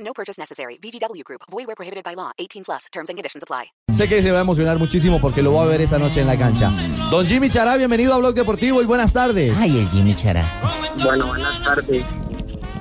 No purchase necessary. VGW Group. Void where prohibited by law. 18 plus. Terms and conditions apply. Sé que se va a emocionar muchísimo porque lo va a ver esta noche en la cancha. Don Jimmy Chará, bienvenido a Blog Deportivo y buenas tardes. Ay, el Jimmy Chará. Bueno, buenas tardes.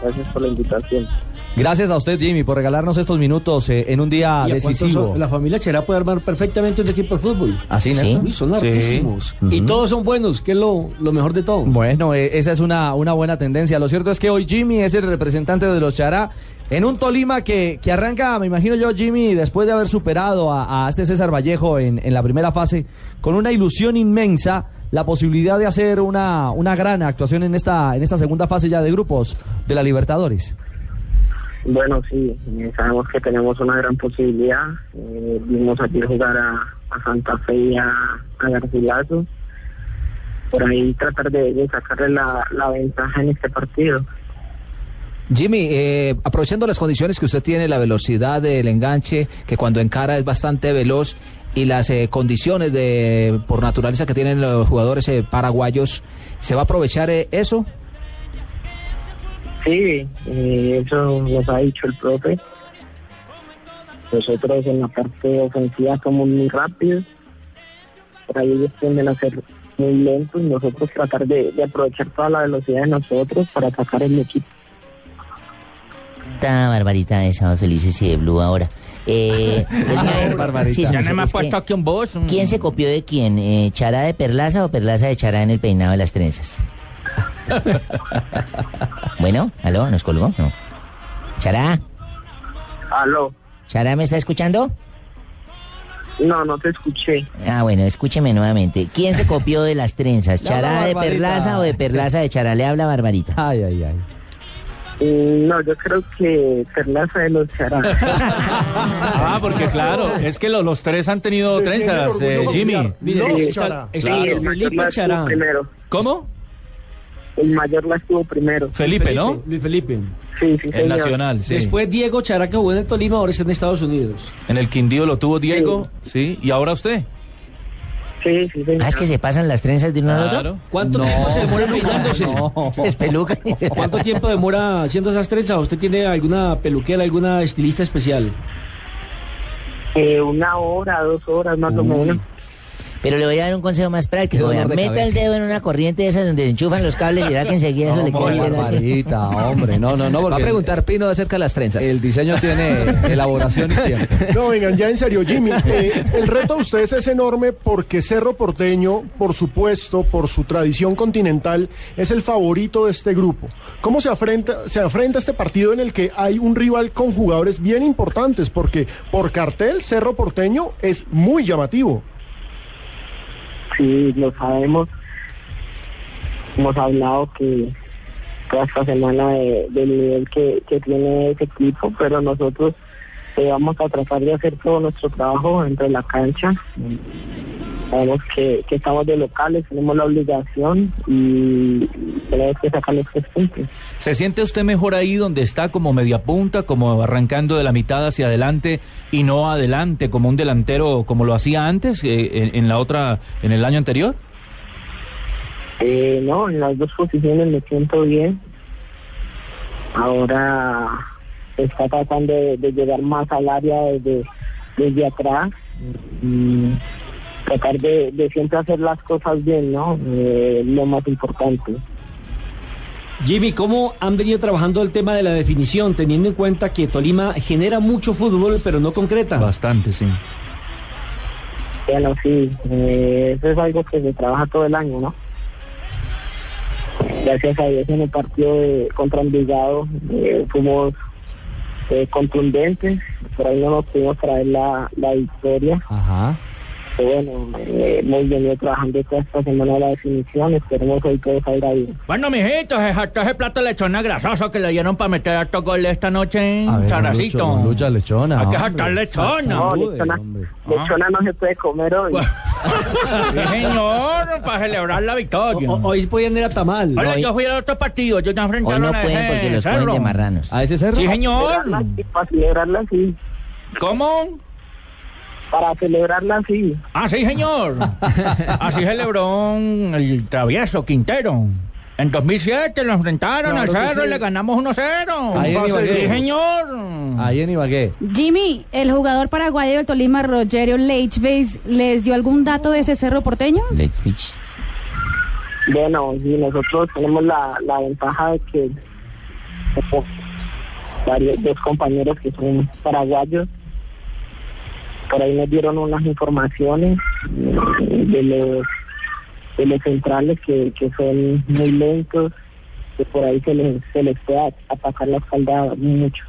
Gracias por la invitación. Gracias a usted, Jimmy, por regalarnos estos minutos eh, en un día ¿Y a cuántos decisivo. son? La familia Cherá puede armar perfectamente un equipo de fútbol. ¿Así, Sí. Nelson? Uy, son hartísimos. Y todos son buenos, que es lo, lo mejor de todo. Bueno, eh, esa es una, una buena tendencia. Lo cierto es que hoy Jimmy es el representante de los Chará en un Tolima que, que arranca, me imagino yo, Jimmy, después de haber superado a, a este César Vallejo en, en la primera fase, con una ilusión inmensa, la posibilidad de hacer una, una gran actuación en esta, en esta segunda fase ya de grupos de la Libertadores. Bueno, sí, eh, sabemos que tenemos una gran posibilidad. Eh, vimos ayer jugar a, a Santa Fe y a, a Garcilaso. Por ahí tratar de, de sacarle la, la ventaja en este partido. Jimmy, eh, aprovechando las condiciones que usted tiene, la velocidad del enganche, que cuando encara es bastante veloz, y las eh, condiciones de por naturaleza que tienen los jugadores eh, paraguayos, ¿se va a aprovechar eh, eso? Sí, eh, eso nos ha dicho el profe. Nosotros en la parte ofensiva somos muy rápidos. Por ahí ellos tienden a ser muy lentos. Nosotros tratar de, de aprovechar toda la velocidad de nosotros para atacar el equipo. Esta barbarita de Sábado Felices y de Blue ahora. Eh, ver, barbarita. sí, Ya sí, no sí, es que- que un boss. ¿Quién se copió de quién? Eh, ¿Chará de Perlaza o Perlaza de Chará en el peinado de las trenzas? bueno, ¿aló? ¿Nos colgó? No. ¿Chará? Aló. ¿Chará me está escuchando? No, no te escuché. Ah, bueno, escúcheme nuevamente. ¿Quién se copió de las trenzas? Le habla ¿Chará de Barbarita. Perlaza o de Perlaza de Chará? Le habla Barbarita. Ay, ay, ay. Mm, No, yo creo que Perlaza de los Chará. Ah, porque claro, es que lo- los tres han tenido trenzas, eh, Jimmy. Sí, Chará. sí, Claro. el mayor la Felipe Chará. estuvo primero. ¿Cómo? El mayor la estuvo primero. Felipe, ¿no? Luis Felipe. Sí, sí, señor. El Nacional, sí. Después Diego Chará, que jugó en el Tolima, ahora está en Estados Unidos. En el Quindío lo tuvo Diego, sí. ¿Y ahora usted? Sí, sí, señor. Ah, es que se pasan las trenzas de uno al otro. Claro. ¿Cuánto tiempo se demora peinándose? Es peluca. ¿Cuánto tiempo demora haciendo esas trenzas? ¿Usted tiene alguna peluquera, alguna estilista especial? Eh, una hora, dos horas más o menos. Pero le voy a dar un consejo más práctico. Qué vea, dolor de meta el cabeza. dedo en una corriente de esas donde se enchufan los cables y verá que enseguida eso le queda Hombre, el pelo así. barbarita, hombre. No, no, no. Va a porque preguntar Pino acerca de las trenzas. El diseño tiene elaboración y tiempo. No, vengan, ya en serio, Jimmy. eh, el reto a ustedes es enorme porque Cerro Porteño, por supuesto, por su tradición continental, es el favorito de este grupo. ¿Cómo se afrenta, se afrenta este partido en el que hay un rival con jugadores bien importantes? Porque por cartel, Cerro Porteño es muy llamativo. Sí, lo sabemos. Hemos hablado que toda esta semana de- del nivel que, que tiene ese equipo, pero nosotros eh, vamos a tratar de hacer todo nuestro trabajo dentro de la cancha. Sabemos que, que estamos de locales, tenemos la obligación y tenemos que sacar los tres puntos. ¿Se siente usted mejor ahí donde está como media punta, como arrancando de la mitad hacia adelante y no adelante como un delantero como lo hacía antes eh, en, en la otra en el año anterior? Eh, no, en las dos posiciones me siento bien. Ahora está tratando de, de llegar más al área desde, desde atrás. y tratar de, de siempre hacer las cosas bien, ¿no? Eh, lo más importante. Jimmy, ¿cómo han venido trabajando el tema de la definición, teniendo en cuenta que Tolima genera mucho fútbol, pero no concreta? Bastante, sí. Bueno, sí, eh, eso es algo que se trabaja todo el año, ¿no? Gracias a Dios en el partido de- contra Envigado eh, fuimos eh, contundentes, por ahí no nos pudimos traer la, la victoria. Ajá. que bueno, eh, hemos venido trabajando toda esta semana la definición, esperemos hoy que salga bien. Bueno, mijitos, exacto ese plato de lechona grasoso que le dieron para meter a estos goles esta noche. A ver, don Charracito. Lucho, don Lucho, lechona, Hay que hombre. saltar lechona. No, Salude, lechona, hombre. lechona no se puede comer hoy. Sí, señor, para celebrar la victoria. O- hoy podían ir a Tamal. Oye, hoy- yo fui al otro partido, yo no Hoy enfrentaron no a pueden ese porque los cerro. ponen de marranos. ¿A ese cerro? Sí, señor. Celebrarla así, para celebrarla así, ¿Cómo? para celebrarla así. Ah, sí, señor. Así celebró el travieso Quintero. En 2007 lo enfrentaron Claro al que cerro y sí. le ganamos 1-0. Ahí en Ibagué. sí, señor. Ahí en Ibagué. Jimmy, el jugador paraguayo del Tolima, Rogerio Leichveis, ¿les dio algún dato de ese cerro porteño? Leipzig. Bueno, sí, nosotros tenemos la, la ventaja de que tenemos varios dos compañeros que son paraguayos. Por ahí nos dieron unas informaciones eh, de los, de los centrales que, que son muy lentos, que por ahí se les, se les puede atacar la espalda mucho.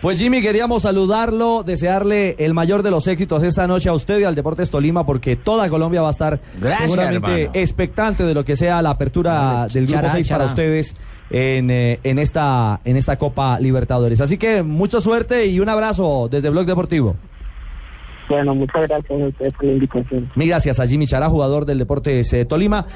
Pues Jimmy, queríamos saludarlo, desearle el mayor de los éxitos esta noche a usted y al Deportes Tolima, porque toda Colombia va a estar Gracias, seguramente hermano. expectante de lo que sea la apertura Ch- del Grupo chará, 6 para chará. ustedes en, eh, en, esta, en esta Copa Libertadores. Así que mucha suerte y un abrazo desde Blog Deportivo. Bueno, muchas gracias a ustedes por la invitación. Mil gracias a Jimmy Chará, jugador del Deportes eh, Tolima.